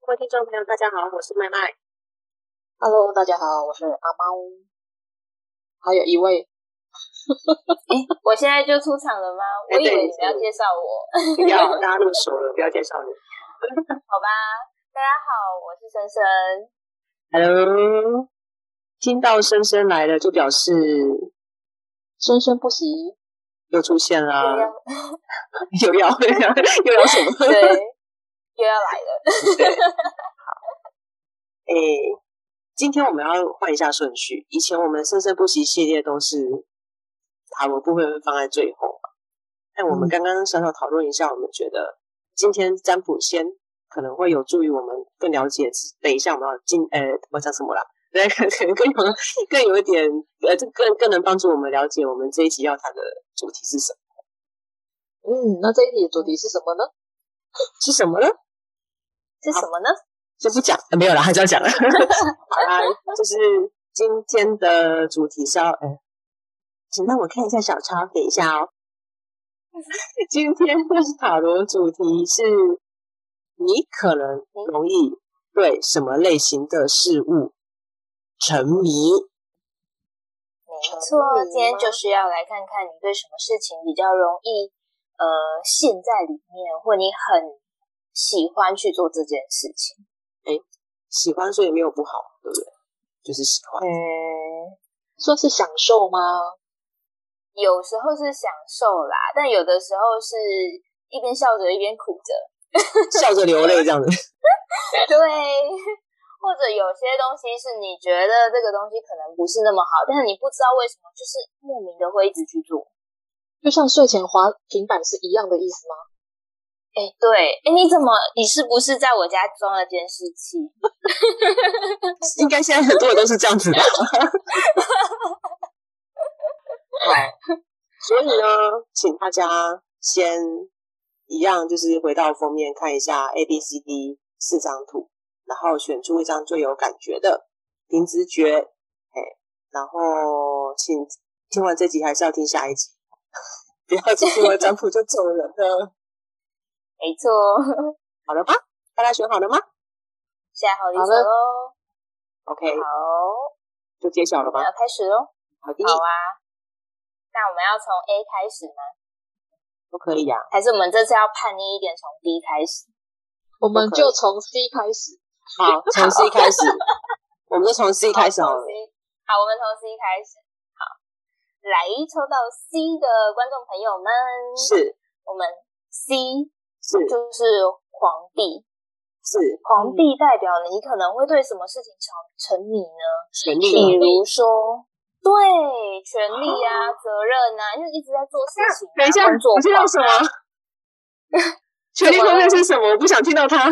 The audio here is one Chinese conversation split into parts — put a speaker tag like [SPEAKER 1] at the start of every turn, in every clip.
[SPEAKER 1] 各位听众朋友，大家好，我是麦 麦。
[SPEAKER 2] Hello，大家好，我是阿猫，还有一位，
[SPEAKER 3] 哎我现在就出场了 吗？我
[SPEAKER 1] 哎
[SPEAKER 3] 以为
[SPEAKER 1] 对
[SPEAKER 3] 你们要介绍我，
[SPEAKER 1] 不要，大家那么熟了，不要介绍你。
[SPEAKER 3] 好吧？大家好，我是深深。
[SPEAKER 1] Hello，听到声声来了，就表示
[SPEAKER 2] 生生不息。啊
[SPEAKER 1] 又出现
[SPEAKER 3] 又
[SPEAKER 1] 啦
[SPEAKER 3] 要，
[SPEAKER 1] 又要 又要又要什么？
[SPEAKER 3] 对，又要来了。
[SPEAKER 1] 诶、今天我们要换一下顺序。以前我们生生不息系列都是塔罗部分会放在最后嘛，但我们
[SPEAKER 2] 嗯
[SPEAKER 1] 刚刚小小讨论一下，我们觉得今天占卜先可能会有助于我们更了解自。等一下我们要进，呃，我讲什么啦？对， 可能更有更有一点，呃，这更更能帮助我们了解我们这一集要谈的主题是什么？
[SPEAKER 2] 嗯，那这一题的主题是什么呢？
[SPEAKER 1] 是什么呢？
[SPEAKER 3] 是什么呢？
[SPEAKER 2] 啊
[SPEAKER 1] 就不讲、呃没有了，还是要讲了。 好啦，就是今天的主题是要，呃，请让我看一下小抄，等一下哦。 今天的塔罗主题是，你可能容易对什么类型的事物沉迷？
[SPEAKER 3] 没错，今天就是要来看看你对什么事情比较容易呃陷在里面，或你很喜欢去做这件事情。
[SPEAKER 1] 喜欢所以没有不好，对不对？就是喜欢。
[SPEAKER 3] 嗯，
[SPEAKER 2] 算是享受吗？
[SPEAKER 3] 有时候是享受啦，但有的时候是一边笑着一边哭着。
[SPEAKER 1] 笑着流泪这样子，
[SPEAKER 3] 对，或者有些东西是你觉得这个东西可能不是那么好，但是你不知道为什么，就是莫名的会一直去做。
[SPEAKER 2] 就像睡前滑平板是一样的意思吗？
[SPEAKER 3] 哎，对，哎，你怎么，你是不是在我家装了监视器？
[SPEAKER 1] 应该现在很多人都是这样子 吧。好，所以呢，请大家先一样，就是回到封面看一下 A、B、C、D 四张图，然后选出一张最有感觉的，凭直觉，哎，然后请听完这集还是要听下一集，不要只听完占卜就走人了，
[SPEAKER 3] 没错，
[SPEAKER 1] 好了吧？大家选好了吗
[SPEAKER 3] 下好离手
[SPEAKER 2] 好了
[SPEAKER 3] 喽。
[SPEAKER 1] ？OK，
[SPEAKER 3] 好，
[SPEAKER 1] 就揭晓了
[SPEAKER 3] 我
[SPEAKER 1] 吧
[SPEAKER 3] 们要？开始喽。
[SPEAKER 1] 好的，
[SPEAKER 3] 好啊，那我们要从 A 开始吗？
[SPEAKER 1] 都可以呀、啊
[SPEAKER 3] 还是我们这次要叛逆一点，从 B 开始？
[SPEAKER 2] 我们
[SPEAKER 1] OK
[SPEAKER 2] 就从 C 开始。
[SPEAKER 1] 好，从 C 开始，我们就从 C 开始好
[SPEAKER 3] 好
[SPEAKER 1] 了
[SPEAKER 3] 从。C 好，我们从 C 开始。好，来抽到 C 的观众朋友们，
[SPEAKER 1] 是
[SPEAKER 3] 我们 C
[SPEAKER 1] 是
[SPEAKER 3] 就是皇帝，
[SPEAKER 1] 是，
[SPEAKER 3] 皇
[SPEAKER 1] 嗯
[SPEAKER 3] 帝代表你可能会对什么事情沉沉迷呢？
[SPEAKER 1] 权
[SPEAKER 3] 比
[SPEAKER 1] 力。
[SPEAKER 3] 如说，对权力啊、责任啊，就一直在做事情、啊。工作狂啊？
[SPEAKER 1] 权
[SPEAKER 3] 力方面
[SPEAKER 1] 是什么？我不想听到他。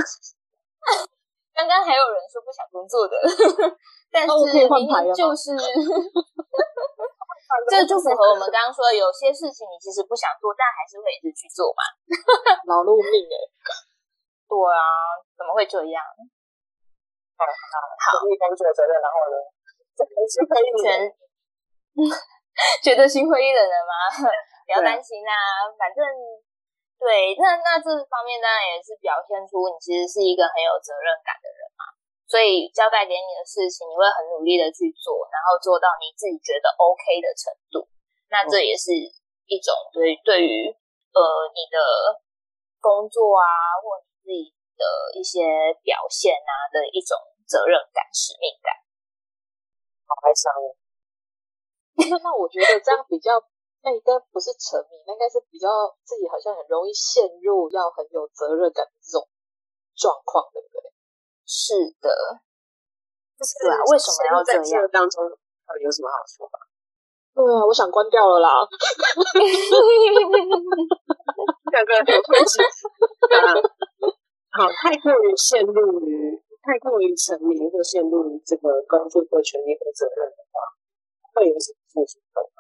[SPEAKER 3] 刚刚还有人说不想工作的， 但是
[SPEAKER 2] 哦那我可以换
[SPEAKER 3] 明
[SPEAKER 2] 牌
[SPEAKER 3] 明
[SPEAKER 2] 了吗
[SPEAKER 3] 就是这就符合我们刚刚说的，有些事情你其实不想做，但还是会一直去做嘛。
[SPEAKER 2] 劳碌命哎、
[SPEAKER 3] 对啊，怎么会这样？
[SPEAKER 1] 权力工作责任，然后呢？这个是可以
[SPEAKER 3] 全 觉得心灰意冷了吗？ 不要担心啦、反正对，那那这方面当然也是表现出你其实是一个很有责任感的人嘛。所以交代给你的事情，你会很努力的去做，然后做到你自己觉得 OK 的程度。那
[SPEAKER 1] 嗯
[SPEAKER 3] 这也是一种对对于呃你的工作啊，或你自己的一些表现啊的一种责任感、使命感。
[SPEAKER 1] 好哀伤哦。
[SPEAKER 2] 那那我觉得这样比较，那应该不是沉迷，那应该是比较自己好像很容易陷入要很有责任感的这种状况，对不对？
[SPEAKER 3] 是的，
[SPEAKER 1] 是
[SPEAKER 3] 对啊为什么要这样
[SPEAKER 1] 在这当中到底有什么好处吧？
[SPEAKER 2] 对啊，我想关掉了啦。
[SPEAKER 1] 两个人很会吃。 好，太过于陷入于太过于沉迷或陷入于这个工作或权利或责任的话，会有什么副作用？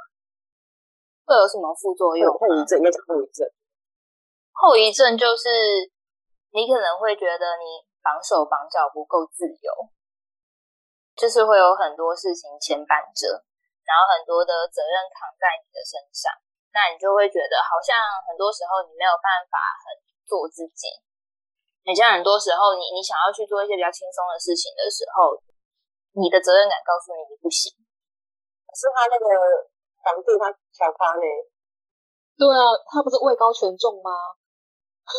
[SPEAKER 3] 会有什么副作
[SPEAKER 1] 会
[SPEAKER 3] 用
[SPEAKER 1] 有
[SPEAKER 3] 吗？
[SPEAKER 1] 后遗症，应该讲后遗症。
[SPEAKER 3] 后遗症就是你可能会觉得你绑手绑脚不够自由，就是会有很多事情牵绊着，然后很多的责任扛在你的身上，那你就会觉得好像很多时候你没有办法很做自己。你像很多时候你，你想要去做一些比较轻松的事情的时候，你的责任感告诉你你不行。
[SPEAKER 1] 可是他那个房地他小咖呢，
[SPEAKER 2] 对啊，他不是位高权重吗？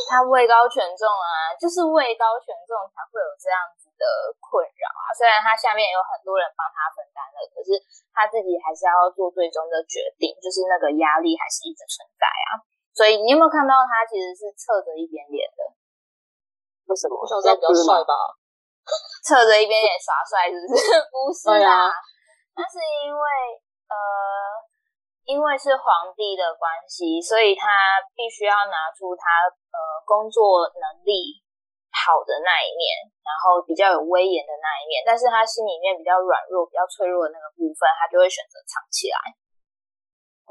[SPEAKER 3] 他位高权重啊，就是位高权重才会有这样子的困扰啊。虽然他下面有很多人帮他分担了，可是他自己还是要做最终的决定，就是那个压力还是一直存在啊。所以你有没有看到他其实是侧着一边脸的，
[SPEAKER 1] 为什么？
[SPEAKER 2] 我想知道比较
[SPEAKER 1] 不是吗
[SPEAKER 2] 帅吧？
[SPEAKER 3] 侧着一边脸耍帅，是不 是？不是
[SPEAKER 2] 对
[SPEAKER 3] 啊
[SPEAKER 2] 啊，
[SPEAKER 3] 那是因为呃，因为是皇帝的关系，所以他必须要拿出他呃工作能力好的那一面，然后比较有威严的那一面，但是他心里面比较软弱、比较脆弱的那个部分，他就会选择藏起来。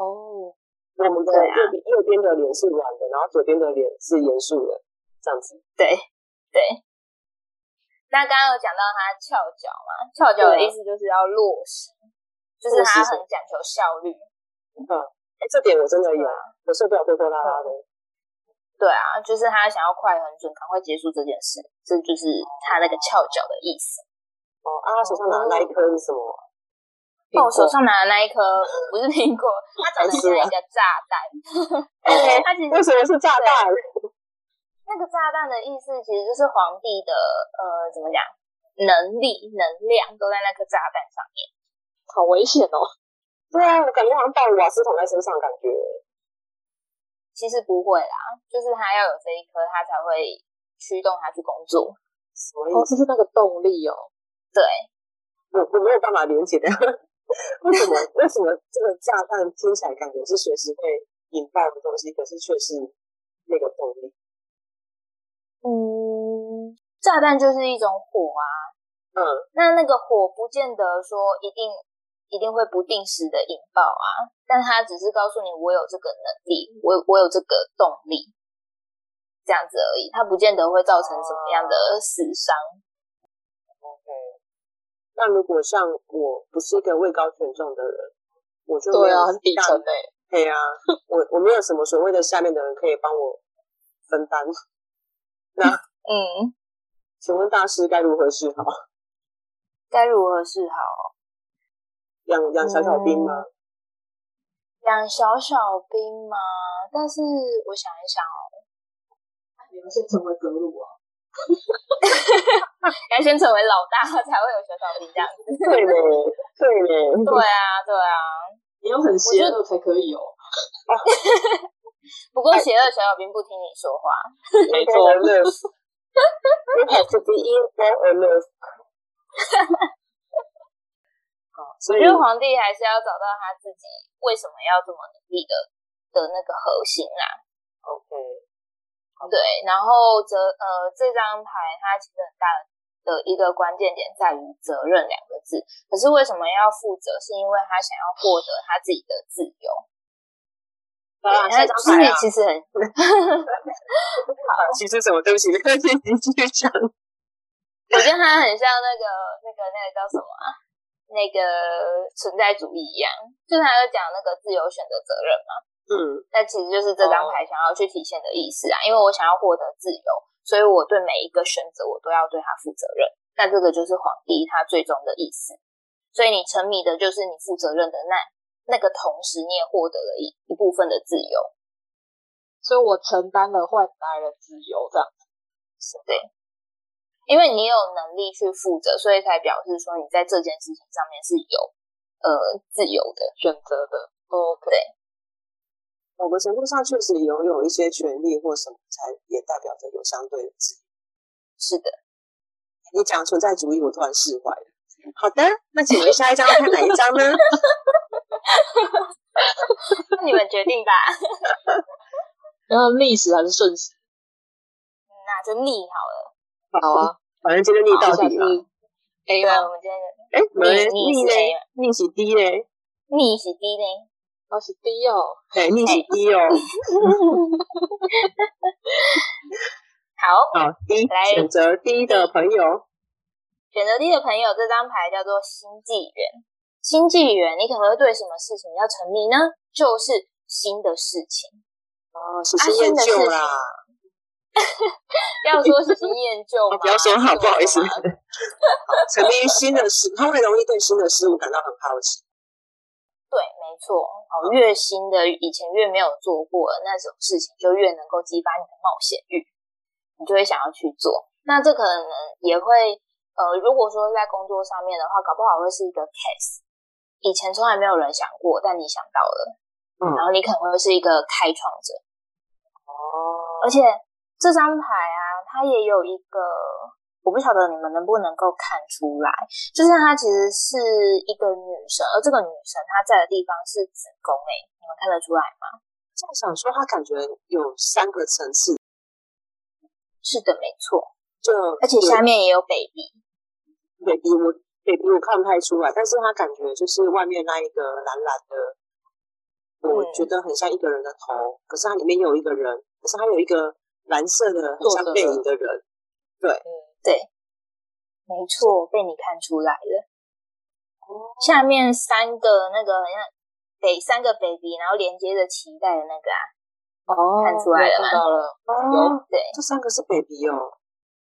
[SPEAKER 2] 哦，
[SPEAKER 1] 我们的
[SPEAKER 3] 对啊
[SPEAKER 1] 右边右边的脸是软的，然后左边的脸是严肃的，这样子。
[SPEAKER 3] 对对。那刚刚有讲到他翘脚嘛，翘脚的
[SPEAKER 1] 对啊
[SPEAKER 3] 意思就是要落实，就是
[SPEAKER 1] 落实
[SPEAKER 3] 他
[SPEAKER 1] 什
[SPEAKER 3] 很讲求效率。
[SPEAKER 1] 哎，这点我真的有
[SPEAKER 3] 对啊，
[SPEAKER 1] 我受不了拖拖拉拉的。
[SPEAKER 3] 对啊，就是他想要快、很准、赶快结束这件事，这就是他那个翘脚的意思。
[SPEAKER 1] 哦啊，手上拿的那一颗是什么？
[SPEAKER 3] 哦，我手上拿的那一颗不是苹果，它长得像一个炸 弹。
[SPEAKER 1] 哎
[SPEAKER 3] 它其实
[SPEAKER 1] 啊为什么是炸弹？
[SPEAKER 3] 那个炸弹的意思，其实就是皇帝的呃，怎么讲，能力、能量都在那颗炸弹上面。
[SPEAKER 2] 好危险哦！
[SPEAKER 1] 对啊，我感觉好像带瓦斯桶在身上，感觉
[SPEAKER 3] 其实不会啦，就是他要有这一颗，他才会驱动他去工作。
[SPEAKER 1] 什么意
[SPEAKER 2] 哦，
[SPEAKER 1] 思？
[SPEAKER 2] 这是那个动力哦。
[SPEAKER 3] 对，
[SPEAKER 1] 我我没有办法连接的。 为什么为什么这个炸弹听起来感觉是随时会引爆的东西，可是却是那个动力？
[SPEAKER 3] 嗯，炸弹就是一种火啊，
[SPEAKER 1] 嗯，
[SPEAKER 3] 那那个火不见得说一定一定会不定时的引爆啊，但它只是告诉你我有这个能力，我我有这个动力，这样子而已，它不见得会造成什么样的死伤。
[SPEAKER 1] OK，那如果像我不是一个位高权重的人，我就没
[SPEAKER 2] 对
[SPEAKER 1] 有
[SPEAKER 2] 啊，很底层
[SPEAKER 1] 下
[SPEAKER 2] 诶。
[SPEAKER 1] 对啊，我我没有什么所谓的下面的人可以帮我分担。
[SPEAKER 3] 嗯，
[SPEAKER 1] 请问大师该如何是好？
[SPEAKER 3] 该如何是好？
[SPEAKER 1] 养养小小兵吗？
[SPEAKER 3] 养小小兵吗？但是我想一想哦，
[SPEAKER 2] 你们先成为格鲁啊！
[SPEAKER 3] 要先成为老大才会有小小兵这样子。
[SPEAKER 1] 对呢，对呢，
[SPEAKER 3] 对啊，对啊。
[SPEAKER 2] 你要很邪恶才可以哦。
[SPEAKER 3] 不
[SPEAKER 1] 哎
[SPEAKER 3] 过邪恶小小兵不听你说话，
[SPEAKER 2] 没
[SPEAKER 1] You
[SPEAKER 2] 错
[SPEAKER 1] have enough. You have to be evil enough. 好，所
[SPEAKER 3] 我
[SPEAKER 1] 以
[SPEAKER 3] 觉得皇帝还是要找到他自己为什么要这么努力的的那个核心啦、
[SPEAKER 1] OK，
[SPEAKER 3] 对，然后责呃这张牌它其实很大的一个关键点在于责任两个字，可是为什么要负责？是因为他想要获得他自己的自由。
[SPEAKER 1] 当然
[SPEAKER 3] 他
[SPEAKER 1] 下张牌啊，
[SPEAKER 3] 其实很
[SPEAKER 1] 其实什么？对不起，对不起，你继续讲。
[SPEAKER 3] 我觉得他很像那个那个那个叫什么啊？那个存在主义一样，就他有讲那个自由选择责任嘛。
[SPEAKER 1] 嗯，
[SPEAKER 3] 那其实就是这
[SPEAKER 2] 哦
[SPEAKER 3] 张牌想要去体现的意思啊，因为我想要获得自由，所以我对每一个选择我都要对它负责任。那这个就是皇帝他最终的意思。所以你沉迷的就是你负责任的那那个同时，你也获得了一一部分的自由。
[SPEAKER 2] 所以我承担了换来了自由，这样
[SPEAKER 3] 因为你有能力去负责，所以才表示说你在这件事情上面是有呃自由的。
[SPEAKER 2] 选择的。OK，
[SPEAKER 1] 某个程度上确实拥有一些权利或什么，才也代表着有相对的自
[SPEAKER 3] 是的，
[SPEAKER 1] 由。你讲存在主义，我突然释怀了。好的，那请问下一张要看哪一张呢？
[SPEAKER 3] 那你们决定吧。
[SPEAKER 2] 然后逆时还是顺时？
[SPEAKER 3] 嗯，那就逆 好了。
[SPEAKER 2] 好啊，
[SPEAKER 1] 反正今天逆到底了。
[SPEAKER 2] A
[SPEAKER 3] 对，啊
[SPEAKER 2] 吗
[SPEAKER 3] 我？们今天就
[SPEAKER 1] 哎，我们
[SPEAKER 3] 逆
[SPEAKER 1] 逆
[SPEAKER 3] 是
[SPEAKER 1] 嘞
[SPEAKER 3] 谁，
[SPEAKER 1] 逆是 D 嘞，
[SPEAKER 3] 逆是 D 呢。
[SPEAKER 2] 哦，是 B 哦。
[SPEAKER 1] 哎，逆是 D 哦。好
[SPEAKER 3] 好，
[SPEAKER 1] ，D
[SPEAKER 3] 来哦
[SPEAKER 1] 选择 D 的朋友，
[SPEAKER 3] 选择 D 的朋友，这张牌叫做新纪元。新纪元，你可能会对什么事情要沉迷呢？就是新的事情，
[SPEAKER 1] 哦，喜
[SPEAKER 3] 啊
[SPEAKER 1] 新厌
[SPEAKER 3] 新的事
[SPEAKER 1] 旧
[SPEAKER 3] 情
[SPEAKER 1] 啦。
[SPEAKER 3] 要说喜新厌旧吗
[SPEAKER 1] 哦，？不要说好，不好意思
[SPEAKER 3] 这么说吗。
[SPEAKER 1] 沉迷于新的事，他会容易对新的事物感到很好奇。
[SPEAKER 3] 对，没错，哦，越新的以前越没有做过的那种事情，就越能够激发你的冒险欲，你就会想要去做。那这可能也会，呃，如果说在工作上面的话，搞不好会是一个 case，以前从来没有人想过，但你想到了，
[SPEAKER 1] 嗯
[SPEAKER 3] 然后你可能会是一个开创者。
[SPEAKER 1] 哦，
[SPEAKER 3] 而且这张牌啊，它也有一个，我不晓得你们能不能够看出来，就是它其实是一个女神，而这个女神她在的地方是子宫，哎，你们看得出来吗？
[SPEAKER 1] 这样想说，他感觉有三个层次，
[SPEAKER 3] 是的，没错，
[SPEAKER 1] 就
[SPEAKER 3] 而且
[SPEAKER 1] 有
[SPEAKER 3] 下面也有 baby，
[SPEAKER 1] baby 我 baby 我看不太出来，但是他感觉就是外面那一个蓝蓝的，我
[SPEAKER 3] 嗯
[SPEAKER 1] 觉得很像一个人的头，可是它里面有一个人，可是它有一个蓝色的很
[SPEAKER 2] 坐
[SPEAKER 1] 像
[SPEAKER 2] 着
[SPEAKER 1] 背
[SPEAKER 2] 的
[SPEAKER 1] 影的人，
[SPEAKER 3] 对，没错，被你看出来了。下面三个那个好像北三个 baby，然后连接着脐带的那个啊，
[SPEAKER 2] 哦
[SPEAKER 3] 看出来了吗
[SPEAKER 2] 看到了。
[SPEAKER 1] 哦，
[SPEAKER 3] 对，
[SPEAKER 1] 这三个是 baby 哦。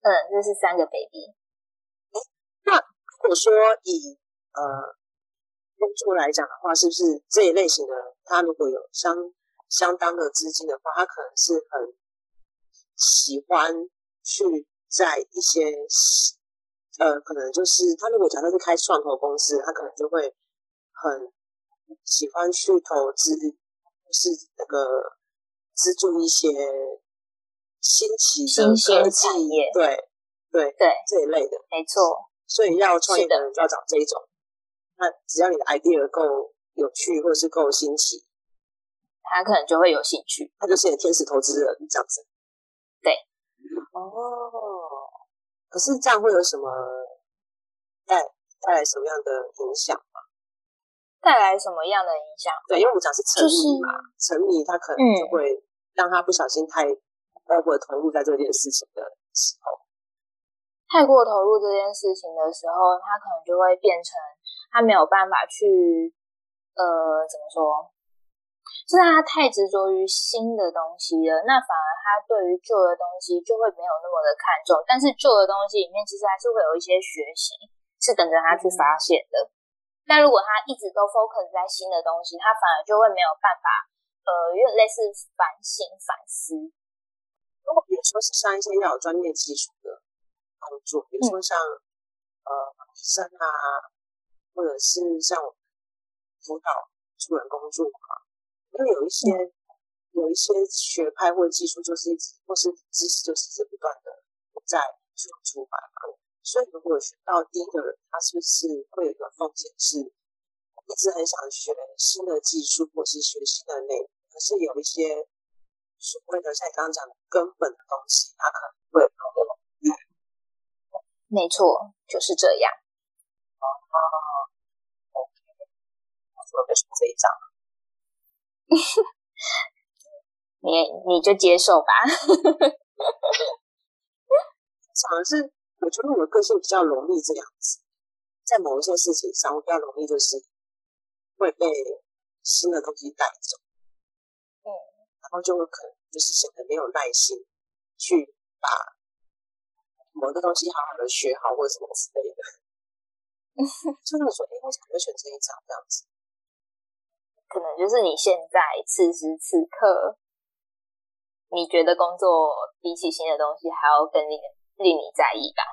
[SPEAKER 3] 嗯，这是三个 baby，
[SPEAKER 1] 如果说以呃工作来讲的话，是不是这一类型的人，他如果有相相当的资金的话，他可能是很喜欢去在一些呃，可能就是他如果假设是开创投公司，他可能就会很喜欢去投资，就是那个资助一些新奇的
[SPEAKER 3] 新兴
[SPEAKER 1] 科技
[SPEAKER 3] 产业，
[SPEAKER 1] 对对
[SPEAKER 3] 对，
[SPEAKER 1] 这一类的。
[SPEAKER 3] 没错，
[SPEAKER 1] 所以要创业
[SPEAKER 3] 是的
[SPEAKER 1] 的人就要找这一种。那只要你的 idea 够有趣，或者是够新奇，
[SPEAKER 3] 他可能就会有兴趣。
[SPEAKER 1] 他就是你的天使投资人这样子。
[SPEAKER 3] 对。
[SPEAKER 1] 哦。可是这样会有什么带带来什么样的影响？
[SPEAKER 3] 带来什么样的影响？
[SPEAKER 1] 对，因为我们讲是沉迷嘛，沉迷他可能就
[SPEAKER 3] 嗯
[SPEAKER 1] 会让他不小心太 over 投入在这件事情的时候。
[SPEAKER 3] 太过投入这件事情的时候，他可能就会变成他没有办法去，呃，怎么说？就是他太执着于新的东西了，那反而他对于旧的东西就会没有那么的看重。但是旧的东西里面其实还是会有一些学习，是等着他去发现的。但如果他一直都 focus 在新的东西，他反而就会没有办法，呃，有点类似反省反思。
[SPEAKER 1] 如果比如说是像一些要有专业基础的工作，比如说像、呃医生啊，或者是像辅导助人工作啊，因为有一些、有一些学派或技术就是一直或是知识就是一直不断的在做出版嘛，所以如果学到低的人，他是不是会有一个风险是，一直很想学新的技术或是学新的内容，可是有一些所谓的像你刚刚讲的根本的东西，他可能会
[SPEAKER 3] 没错，就是这样。
[SPEAKER 1] 会被说这一张。
[SPEAKER 3] 你你就接受吧。
[SPEAKER 1] 想的是，我觉得我的个性比较容易这样子，在某一些事情上，我比较容易就是会被新的东西带走，
[SPEAKER 3] 嗯，
[SPEAKER 1] 然后就会可能就是显得没有耐心去把某个东西好好的学好或者什么之类的。就是我说，哎、为什么会选这一张这样子？
[SPEAKER 3] 可能就是你现在此时此刻，你觉得工作比起新的东西还要更令令你在意吧？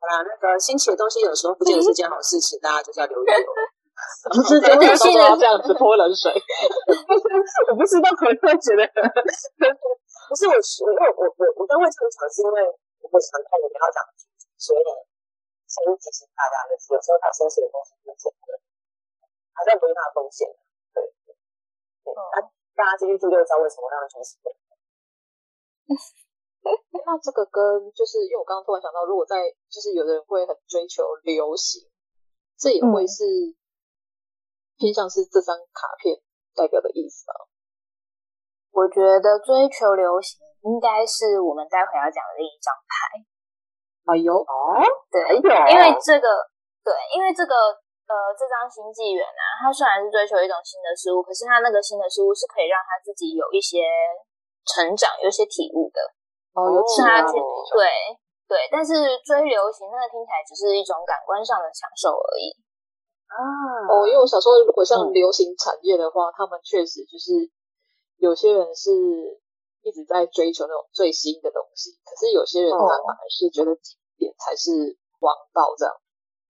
[SPEAKER 1] 好啦，那个新奇的东西有时候不见得是件好事情，大家就是要留意 哦。
[SPEAKER 2] 是真的都要这样子泼冷 水。
[SPEAKER 1] 我不知道，可能会觉得，不是我，我我我我刚会这么讲，是因为我想看你们要讲的主题，所以先提醒大家，就是有时候他生气的东西不见得，好像不是他的风险，啊对，啊对，哦那、大家继续听就会知道为什么我让他生气。
[SPEAKER 2] 哎那这个跟就是因为我刚刚突然想到，如果在就是有的人会很追求流行，这也会是偏向是这张卡片代表的意思吗？
[SPEAKER 3] 我觉得追求流行应该是我们待会要讲的另一张牌，
[SPEAKER 2] 哎呦，
[SPEAKER 1] 哦，
[SPEAKER 3] 对，
[SPEAKER 1] 有哦
[SPEAKER 3] 因为这个，对，因为这个，呃，这张新纪元啊，它虽然是追求一种新的事物，可是它那个新的事物是可以让他自己有一些成长、有一些体悟的，
[SPEAKER 2] 哦，
[SPEAKER 3] 是
[SPEAKER 2] 有启
[SPEAKER 3] 他
[SPEAKER 2] 发
[SPEAKER 3] 去
[SPEAKER 2] 的那种
[SPEAKER 3] 对对。但是追流行那个听起来只是一种感官上的享受而已，
[SPEAKER 1] 啊，
[SPEAKER 2] 哦，因为我想说，如果像
[SPEAKER 1] 嗯
[SPEAKER 2] 流行产业的话，他们确实就是有些人是一直在追求那种最新的东西，可是有些人他
[SPEAKER 1] 哦
[SPEAKER 2] 反而是觉得经典才是王道这样。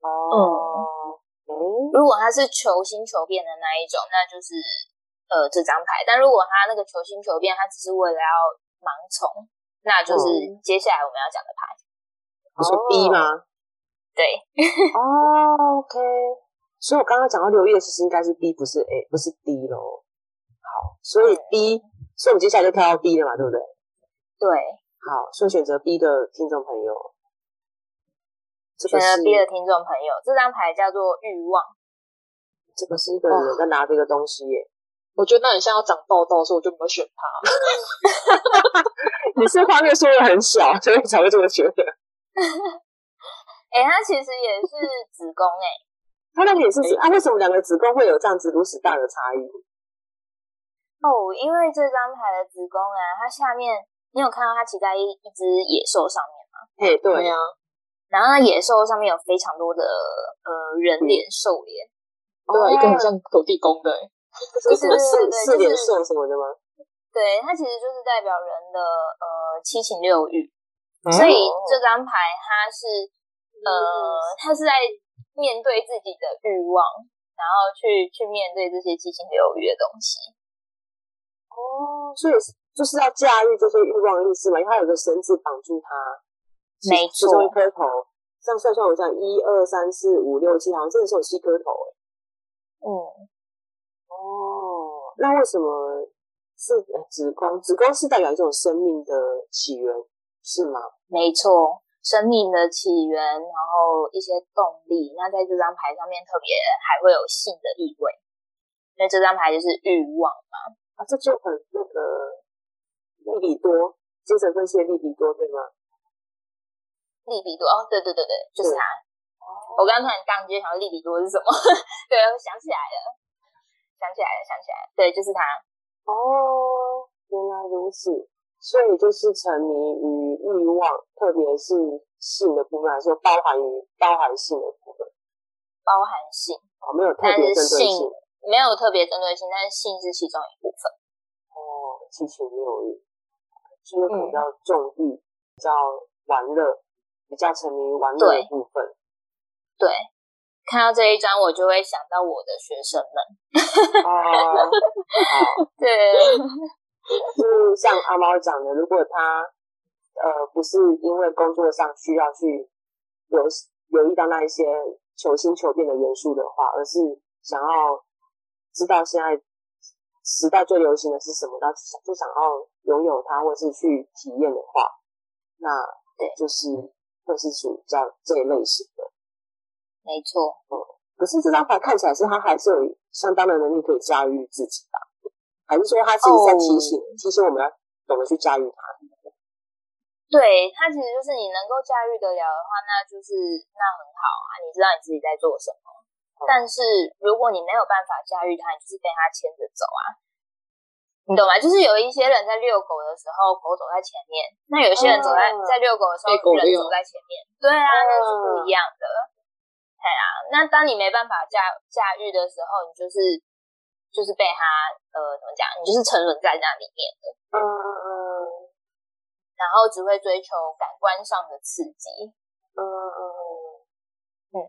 [SPEAKER 1] 哦，嗯，
[SPEAKER 3] 如果他是求新求变的那一种，那就是呃这张牌；但如果他那个求新求变，他只是为了要盲从，那就是接下来我们要讲的牌。
[SPEAKER 1] 你说 B 吗？
[SPEAKER 3] 对，
[SPEAKER 1] 哦，OK，所以我刚刚讲到留意的，其实应该是 B，不是 A，不是 D 咯。好，所以 B，所以我们接下来就跳到 B 了嘛，对不对？
[SPEAKER 3] 对，
[SPEAKER 1] 好，所以选择 B 的听众朋友，这
[SPEAKER 3] 选
[SPEAKER 1] 个
[SPEAKER 3] 择
[SPEAKER 1] 是
[SPEAKER 3] B 的听众朋友，这张牌叫做欲望。
[SPEAKER 1] 这个是一个人在拿这个东西耶。
[SPEAKER 2] 我觉得那很像要长报道，所以我就没有选他。
[SPEAKER 1] 你是画面说的很小，所以才会这么觉得。
[SPEAKER 3] 哎、它其实也是子宫哎、
[SPEAKER 1] 他那个也是指啊，为什么两个子宫会有这样子如此大的差异？
[SPEAKER 3] 哦，因为这张牌的子宫啊，它下面你有看到它骑在一一只野兽上面吗？
[SPEAKER 1] 嘿，对，
[SPEAKER 2] 啊，
[SPEAKER 3] 然后那野兽上面有非常多的呃人脸兽脸，
[SPEAKER 1] 哦
[SPEAKER 2] 对啊，一个很
[SPEAKER 1] 像
[SPEAKER 2] 像土地公的、
[SPEAKER 1] 嗯
[SPEAKER 2] 欸，
[SPEAKER 1] 是什么
[SPEAKER 3] 对对
[SPEAKER 1] 四
[SPEAKER 3] 对
[SPEAKER 1] 四
[SPEAKER 3] 就
[SPEAKER 1] 连
[SPEAKER 3] 是
[SPEAKER 1] 射什么的吗？
[SPEAKER 3] 对，它其实就是代表人的呃七情六欲，
[SPEAKER 1] 哦
[SPEAKER 3] 所以这张牌它是呃它是在面对自己的欲望，然后去去面对这些七情六欲的东西。
[SPEAKER 1] 哦，所以是就是要驾驭这些欲望的意思嘛，因为它有个绳子绑住它，其
[SPEAKER 3] 没
[SPEAKER 1] 其中一
[SPEAKER 3] 错
[SPEAKER 1] 颗头。这样算算，我想一二三四五六七，好像真的是有七颗头哎。
[SPEAKER 3] 嗯，
[SPEAKER 1] 哦，那为什么是呃子宫？子宫是代表一种生命的起源，是吗？
[SPEAKER 3] 没错。生命的起源，然后一些动力，那在这张牌上面特别还会有性的意味，因为这张牌就是欲望。
[SPEAKER 1] 啊，这就很那个利比多精神分析的利比多对吗？
[SPEAKER 3] 利比多哦，对对对对，就是
[SPEAKER 1] 对
[SPEAKER 3] 他。我刚刚突然当街想到利比多是什么？ 对，我想起来了，想起来了，想起来了，对，就是他。
[SPEAKER 1] 哦，原来如此。所以就是沉迷于欲望，特别是性的部分来说，包含于包含性的部分，
[SPEAKER 3] 包含性，
[SPEAKER 1] 哦，没有特
[SPEAKER 3] 但
[SPEAKER 1] 别针
[SPEAKER 3] 是
[SPEAKER 1] 对
[SPEAKER 3] 性
[SPEAKER 1] 性。
[SPEAKER 3] 没有特别针对性，但是性是其中一部分。
[SPEAKER 1] 哦，七情六欲，所以有可能比较纵欲，比较玩乐，比较沉迷于玩乐的
[SPEAKER 3] 对
[SPEAKER 1] 部分。
[SPEAKER 3] 对，看到这一张，我就会想到我的学生们。
[SPEAKER 1] 啊，好。
[SPEAKER 3] 对，
[SPEAKER 1] 就是嗯像阿猫讲的，如果他呃不是因为工作上需要去留留意到那一些求新求变的元素的话，而是想要知道现在时代最流行的是什么，然后就想要拥有它或是去体验的话，那
[SPEAKER 3] 对
[SPEAKER 1] 就是会是属于这样这一类型的。
[SPEAKER 3] 没错，
[SPEAKER 1] 可是这张牌看起来是他还是有相当的能力可以驾驭自己吧？还是说他其实在提醒、提醒我们要懂得去驾驭它？
[SPEAKER 3] 对，它其实就是你能够驾驭得了的话，那就是那很好啊，你知道你自己在做什么。
[SPEAKER 2] 嗯
[SPEAKER 3] 但是如果你没有办法驾驭它，你就是被它牵着走啊，你懂吗？就是有一些人在遛狗的时候，狗走在前面；那有些人走在、
[SPEAKER 1] 嗯
[SPEAKER 3] 在遛狗的时候，
[SPEAKER 2] 被狗
[SPEAKER 3] 人
[SPEAKER 2] 遛嗯
[SPEAKER 3] 走在前面。对啊，那是不一样的。对啊，那当你没办法驾驾驭的时候，你就是就是被它呃怎么讲？你就是沉沦在那里面的，
[SPEAKER 1] 嗯嗯
[SPEAKER 3] 然后只会追求感官上的刺激。
[SPEAKER 1] 嗯嗯，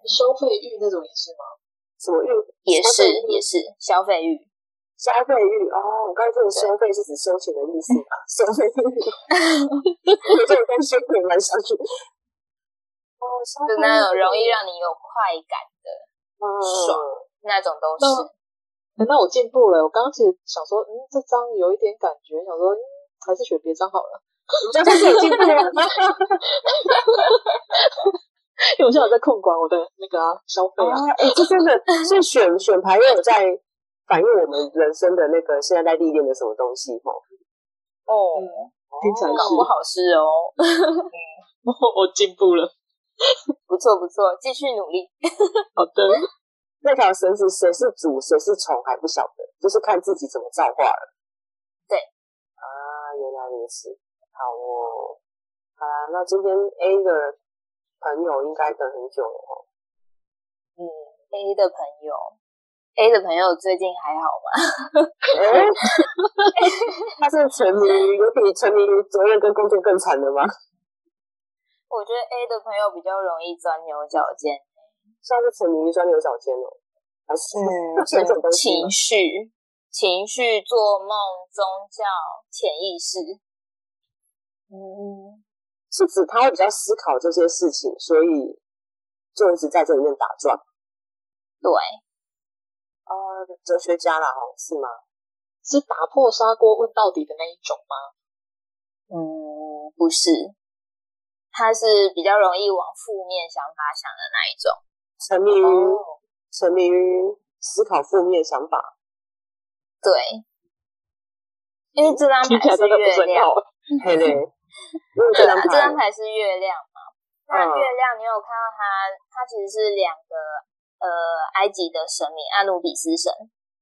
[SPEAKER 2] 消费欲那种也是吗？
[SPEAKER 1] 什么欲
[SPEAKER 3] 也
[SPEAKER 1] 消
[SPEAKER 3] 是
[SPEAKER 1] 费欲
[SPEAKER 3] 也是消费欲，
[SPEAKER 1] 消费欲哦，我刚才说的消费是指收钱的意
[SPEAKER 3] 嗯
[SPEAKER 1] 思吧？消费欲， 这种东西我蛮想去。哦，消费
[SPEAKER 3] 就
[SPEAKER 1] 欲
[SPEAKER 3] 那种容易让你有快感的
[SPEAKER 1] 嗯
[SPEAKER 3] 爽那种都
[SPEAKER 2] 那
[SPEAKER 3] 是。
[SPEAKER 2] 欸那我进步了，我刚刚其实想说，嗯，这张有一点感觉，想说，嗯，还是选别张好了。
[SPEAKER 1] 我这样是有进步吗？
[SPEAKER 2] 因为我现在有在控管我的那个啊、消费啊，
[SPEAKER 1] 啊，哎、这真的是选选牌也有在反映我们人生的那个现在在历练的什么东西哦。
[SPEAKER 3] 哦，
[SPEAKER 2] 听起来
[SPEAKER 3] 搞
[SPEAKER 2] 是
[SPEAKER 3] 不好是哦，
[SPEAKER 2] 我我进步了。
[SPEAKER 3] 不错不错，继续努力。
[SPEAKER 2] 好的，
[SPEAKER 1] 嗯那条绳子谁是主谁是从还不晓得，就是看自己怎么造化了。
[SPEAKER 3] 对，
[SPEAKER 1] 啊，原来如此，好哦。好啦，那今天 A 的朋友应该等很久了哦。
[SPEAKER 3] 嗯，A 的朋友，A 的朋友最近还好吗？
[SPEAKER 1] 哎、 他是沉迷于有比沉迷于责任跟工作更惨的吗？
[SPEAKER 3] 我觉得 A 的朋友比较容易钻牛角尖，
[SPEAKER 1] 现在是沉迷于钻牛角尖哦，还是、是这种东西吗
[SPEAKER 3] 嗯 情绪、情绪、做梦、宗教、潜意识。嗯，
[SPEAKER 1] 是指他会比较思考这些事情，所以就一直在这里面打转。
[SPEAKER 3] 哦对，
[SPEAKER 1] 啊、哲学家啦，哦，是吗？
[SPEAKER 2] 是打破砂锅问到底的那一种吗？
[SPEAKER 3] 嗯，不是，他是比较容易往负面想法想的那一种。
[SPEAKER 1] 沉迷于、
[SPEAKER 2] 嗯
[SPEAKER 3] 哦
[SPEAKER 1] 沉迷于思考负面想法，
[SPEAKER 3] 对，因为这张
[SPEAKER 2] 听起
[SPEAKER 3] 牌
[SPEAKER 2] 来
[SPEAKER 3] 是
[SPEAKER 2] 真的不是
[SPEAKER 3] 月
[SPEAKER 2] 很
[SPEAKER 3] 亮，
[SPEAKER 2] 好。
[SPEAKER 1] 嘿嘞，因为
[SPEAKER 3] 对
[SPEAKER 1] 这
[SPEAKER 3] 啊
[SPEAKER 1] 张，
[SPEAKER 3] 这张
[SPEAKER 1] 牌，
[SPEAKER 3] 牌是月亮嘛？那
[SPEAKER 1] 嗯
[SPEAKER 3] 月亮，你有看到它？它其实是两个呃埃及的神明阿努比斯神，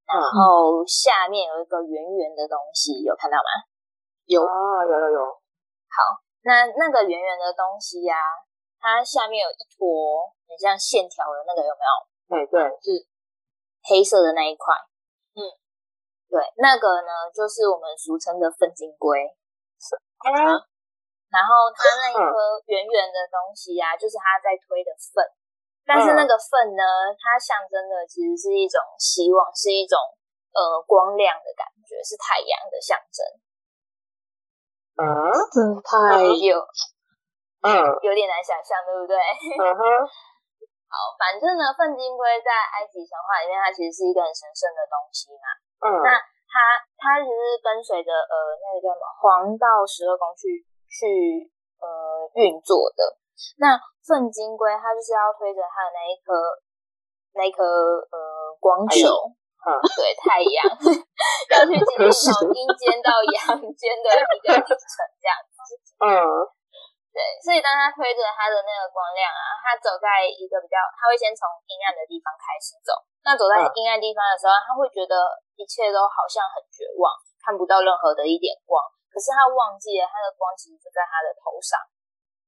[SPEAKER 3] 然
[SPEAKER 1] 嗯
[SPEAKER 3] 后下面有一个圆圆的东西，有看到吗？
[SPEAKER 2] 有
[SPEAKER 1] 啊，有有有，
[SPEAKER 3] 那那个圆圆的东西呀、它下面有一坨很像线条的那个，有没有？
[SPEAKER 1] 哎对，
[SPEAKER 3] 黑色的那一块，
[SPEAKER 2] 嗯，
[SPEAKER 3] 对，那个呢就是我们俗称的粪金龟，
[SPEAKER 1] 啊，
[SPEAKER 3] 然后它那一颗圆圆的东西啊，就是它在推的粪，但是那个粪呢，它象征的其实是一种希望，是一种呃光亮的感觉，是太阳的象征，
[SPEAKER 1] 啊，
[SPEAKER 2] 这太
[SPEAKER 3] 有
[SPEAKER 1] 嗯，
[SPEAKER 3] 有点难想象，对不 对？
[SPEAKER 1] 嗯哼，
[SPEAKER 3] 好，反正呢，粪金龟在埃及神话里面，它其实是一个很神圣的东西嘛。
[SPEAKER 1] 嗯，
[SPEAKER 3] 它它其实是跟随着呃那个叫什么黄道十二宫去去呃运作的。那粪金龟它就是要推着它的那一颗那一颗呃光
[SPEAKER 1] 哎
[SPEAKER 3] 球，
[SPEAKER 1] 呦嗯
[SPEAKER 3] 对太阳， 要去经历从阴间到阳 间的一个历程，这样
[SPEAKER 1] 嗯，
[SPEAKER 3] 对。所以当它推着它的那个光亮啊，它走在一个比较，它会先从阴暗的地方开始走。那走在
[SPEAKER 1] 嗯
[SPEAKER 3] 阴暗地方的时候，他会觉得一切都好像很绝望，看不到任何的一点光。可是他忘记了，他的光其实就在他的头上，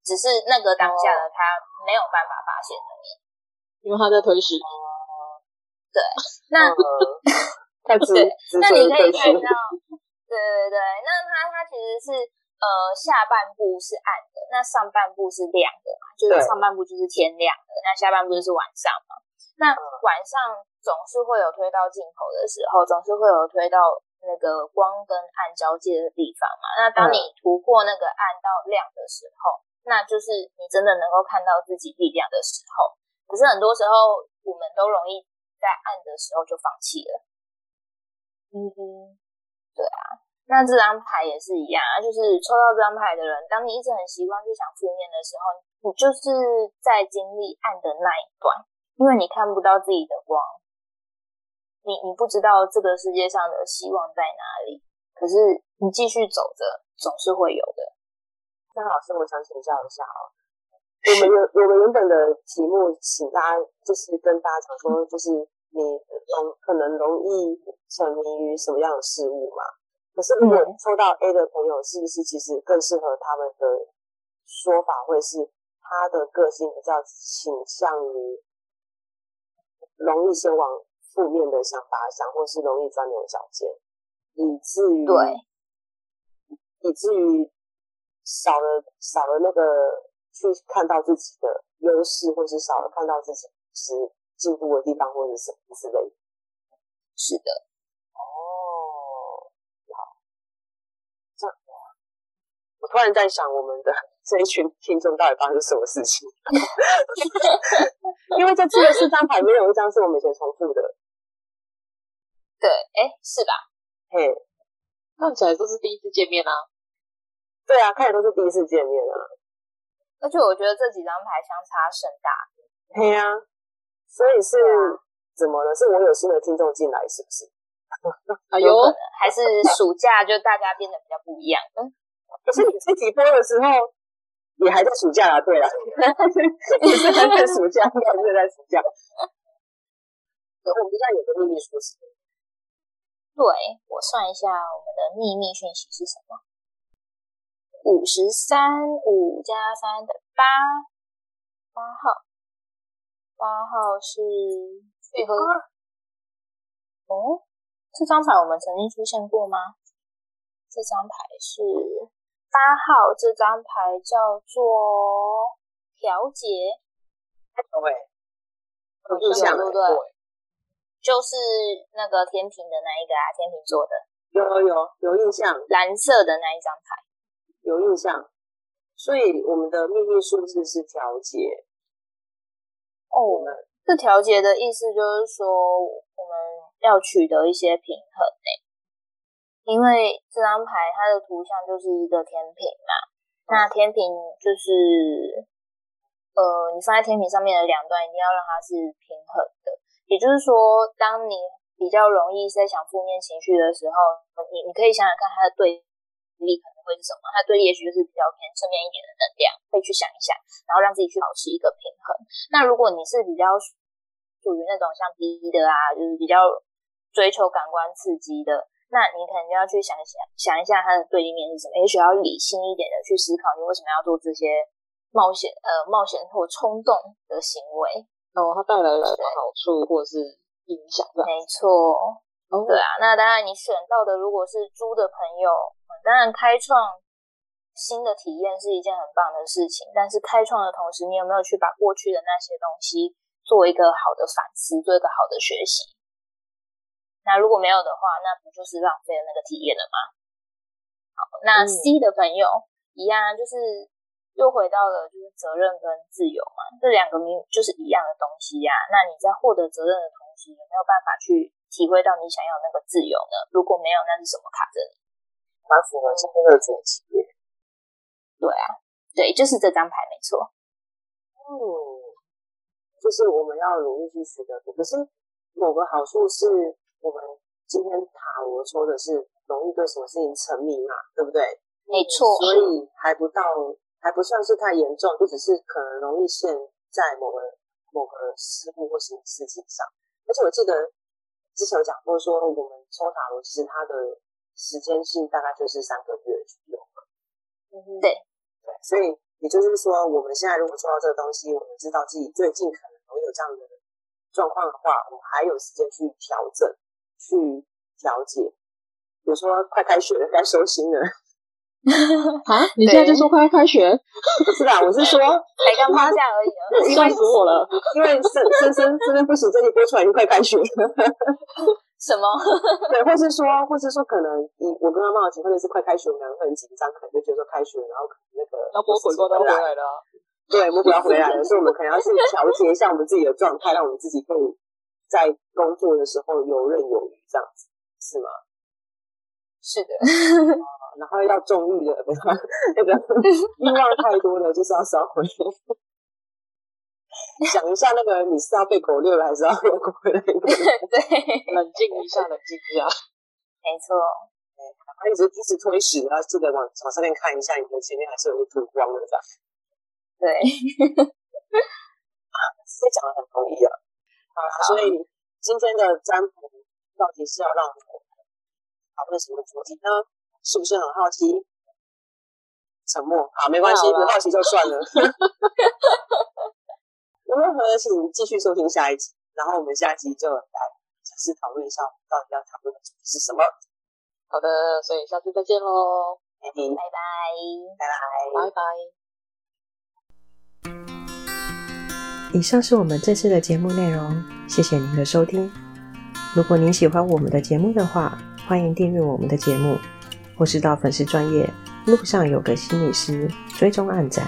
[SPEAKER 3] 只是那个当下
[SPEAKER 1] 哦
[SPEAKER 3] 的他没有办法发现而已。
[SPEAKER 2] 因为他在推石，
[SPEAKER 3] 那
[SPEAKER 1] 嗯太值
[SPEAKER 3] 对
[SPEAKER 1] 值
[SPEAKER 3] 那
[SPEAKER 1] 得
[SPEAKER 3] 你可以
[SPEAKER 1] 一
[SPEAKER 3] 看
[SPEAKER 1] 推
[SPEAKER 3] 到，对对对，那它它其实是呃下半部是暗的，那上半部是亮的嘛，就是
[SPEAKER 1] 对
[SPEAKER 3] 上半部就是天亮的，那下半部就是晚上嘛。那晚上总是会有推到尽头的时候，总是会有推到那个光跟暗交界的地方嘛。那当你突破那个暗到亮的时候，那就是你真的能够看到自己力量的时候。可是很多时候，我们都容易在暗的时候就放弃了。嗯哼，对啊，那这张牌也是一样啊，就是抽到这张牌的人，当你一直很习惯去想负面的时候，你就是在经历暗的那一段，因为你看不到自己的光，你你不知道这个世界上的希望在哪里，可是你继续走着，总是会有的。
[SPEAKER 1] 那老师，我想请教一下哦，我们原我们原本的题目，请大家就是跟大家讲说，就是你容可能容易沉迷于什么样的事物嘛？可是如果
[SPEAKER 3] 嗯
[SPEAKER 1] 抽到 A 的朋友，是不是其实更适合他们的说法，会是他的个性比较倾向于容易先往负面的想法想，或是容易钻牛角尖，以至于
[SPEAKER 3] 对，
[SPEAKER 1] 以至于少了少了那个去看到自己的优势，或是少了看到自己是进步的地方，或者什么之类的。
[SPEAKER 3] 是的，
[SPEAKER 1] 哦，好，这样我突然在想，我们的 这一群听众到底发生什么事情？因为这次的四张牌没有一张是我们以前重复的，
[SPEAKER 3] 对，哎，是吧？
[SPEAKER 1] 嘿，
[SPEAKER 2] 看起来就是第一次见面啊。
[SPEAKER 1] 对啊，开始都是第一次见面啊。
[SPEAKER 3] 而且我觉得这几张牌相差甚大。
[SPEAKER 1] 嘿呀、所以是、
[SPEAKER 3] 对
[SPEAKER 1] 怎么了？是我有新的听众进来是不是？
[SPEAKER 2] 哎
[SPEAKER 3] 有
[SPEAKER 2] 呦，
[SPEAKER 3] 可能还是暑假就大家变得比较不一样。嗯
[SPEAKER 1] 可是你这集播的时候，你还在暑假啊？对了，你是还在暑假，应该是在暑假。可我们现在有个秘密说是
[SPEAKER 3] 对我算一下，我们的秘密讯息是什么？五十三，五加三等于八，八号，八号是最后一哦，这张牌我们曾经出现过吗？这张牌是八号，这张牌叫做调节，
[SPEAKER 1] 各位，有
[SPEAKER 3] 有
[SPEAKER 1] 印象
[SPEAKER 3] 对不对
[SPEAKER 1] 欸？
[SPEAKER 3] 就是那个天平的那一个啊，天平座的
[SPEAKER 1] 有有有有印象，
[SPEAKER 3] 蓝色的那一张牌。
[SPEAKER 1] 有印象。所以我们的秘密数字是调节，
[SPEAKER 3] 哦，这调节的意思就是说，我们要取得一些平衡呢、因为这张牌它的图像就是一个天平嘛，那天平就是，呃，你放在天平上面的两端一定要让它是平衡的，也就是说，当你比较容易在想负面情绪的时候，你你可以想想看它的对立可能会是什么，它对立也许就是比较偏正面一点的能量，可以去想一想，然后让自己去保持一个平衡。那如果你是比较属于那种像 B 的啊，就是比较追求感官刺激的，那你可能就要去想一想想一下它的对立面是什么，也许要理性一点的去思考你为什么要做这些冒险呃冒险或冲动的行为。
[SPEAKER 2] 哦，它带来了什么好处或者是影响的？
[SPEAKER 3] 没错，
[SPEAKER 2] 哦，
[SPEAKER 3] 对啊。那当然，你选到的如果是猪的朋友，嗯当然开创。新的体验是一件很棒的事情，但是开创的同时，你有没有去把过去的那些东西做一个好的反思，做一个好的学习？那如果没有的话，那不就是浪费了那个体验了吗？好，那
[SPEAKER 2] 嗯
[SPEAKER 3] C 的朋友、一样啊，就是又回到了就是责任跟自由嘛，这两个明就是一样的东西呀、那你在获得责任的同时，有没有办法去体会到你想要的那个自由呢？如果没有，那是什么卡着你？
[SPEAKER 1] 蛮符合今天的主题耶。
[SPEAKER 3] 对，就是这张牌没错。
[SPEAKER 1] 嗯，就是我们要努力去取得。可是某个好处是我们今天塔罗说的是容易对什么事情沉迷嘛，对不对？
[SPEAKER 3] 没错
[SPEAKER 1] 所以还不到，还不算是太严重，就只是可能容易陷在某个某个失误或什么事情上。而且我记得之前有讲过说我们抽塔罗其实它的时间性大概就是三个月左右。
[SPEAKER 3] 对，
[SPEAKER 1] 对，所以也就是说，我们现在如果做到这个东西，我们知道自己最近可能会有这样的状况的话，我们还有时间去调整、去调节。比如说，快开学了，该收心了。
[SPEAKER 2] 啊，你现在就说快要开学，
[SPEAKER 1] 不是啦，我是说，
[SPEAKER 3] 才刚趴下而已啊。
[SPEAKER 2] 吓死我了！
[SPEAKER 1] 因为生生生生生不行，这里播出来就快开学了。
[SPEAKER 3] 什么？
[SPEAKER 1] 对，或是说，或是说，可能以我跟阿妈的情况就是，快开学，我们两个会很紧张，可能就觉得说开学，然后可能那个
[SPEAKER 2] 要播鬼怪都回来了啊，
[SPEAKER 1] 对，魔鬼要回来了，所以我们可能要去调节一下我们自己的状态，让我们自己可以在工作的时候游刃有余，这样子是吗？
[SPEAKER 3] 是的，
[SPEAKER 1] 然后要纵欲的， 不要那个欲望太多了，就是要烧回来。想一下，那个你是要被狗遛了，还是要被狗回来？ 然
[SPEAKER 3] 对，
[SPEAKER 2] 冷静一下，冷静一下。
[SPEAKER 3] 没错。
[SPEAKER 1] 后一直一直推屎，然后记得往往上面看一下，你的前面还是有一吐光的，这样
[SPEAKER 3] 对，
[SPEAKER 1] 这讲的很容易啊。好啦，所以今天的占卜到底是要让我们讨论什么主题呢？是不是很好奇？沉默，好，没关系，
[SPEAKER 2] 太
[SPEAKER 1] 不
[SPEAKER 2] 好了
[SPEAKER 1] 好奇就算了。 有任何请继续收听下一集，然后我们下集就来尝试讨论一下我们到底要讨论的主题是什么。
[SPEAKER 2] 好的，所以下次再见喽，
[SPEAKER 1] 拜拜。
[SPEAKER 3] 拜拜。
[SPEAKER 2] 拜拜。
[SPEAKER 4] 以上是我们这次的节目内容，谢谢您的收听。如果您喜欢我们的节目的话，欢迎订阅我们的节目，或是到粉丝专业路上有个心理师追踪暗赞。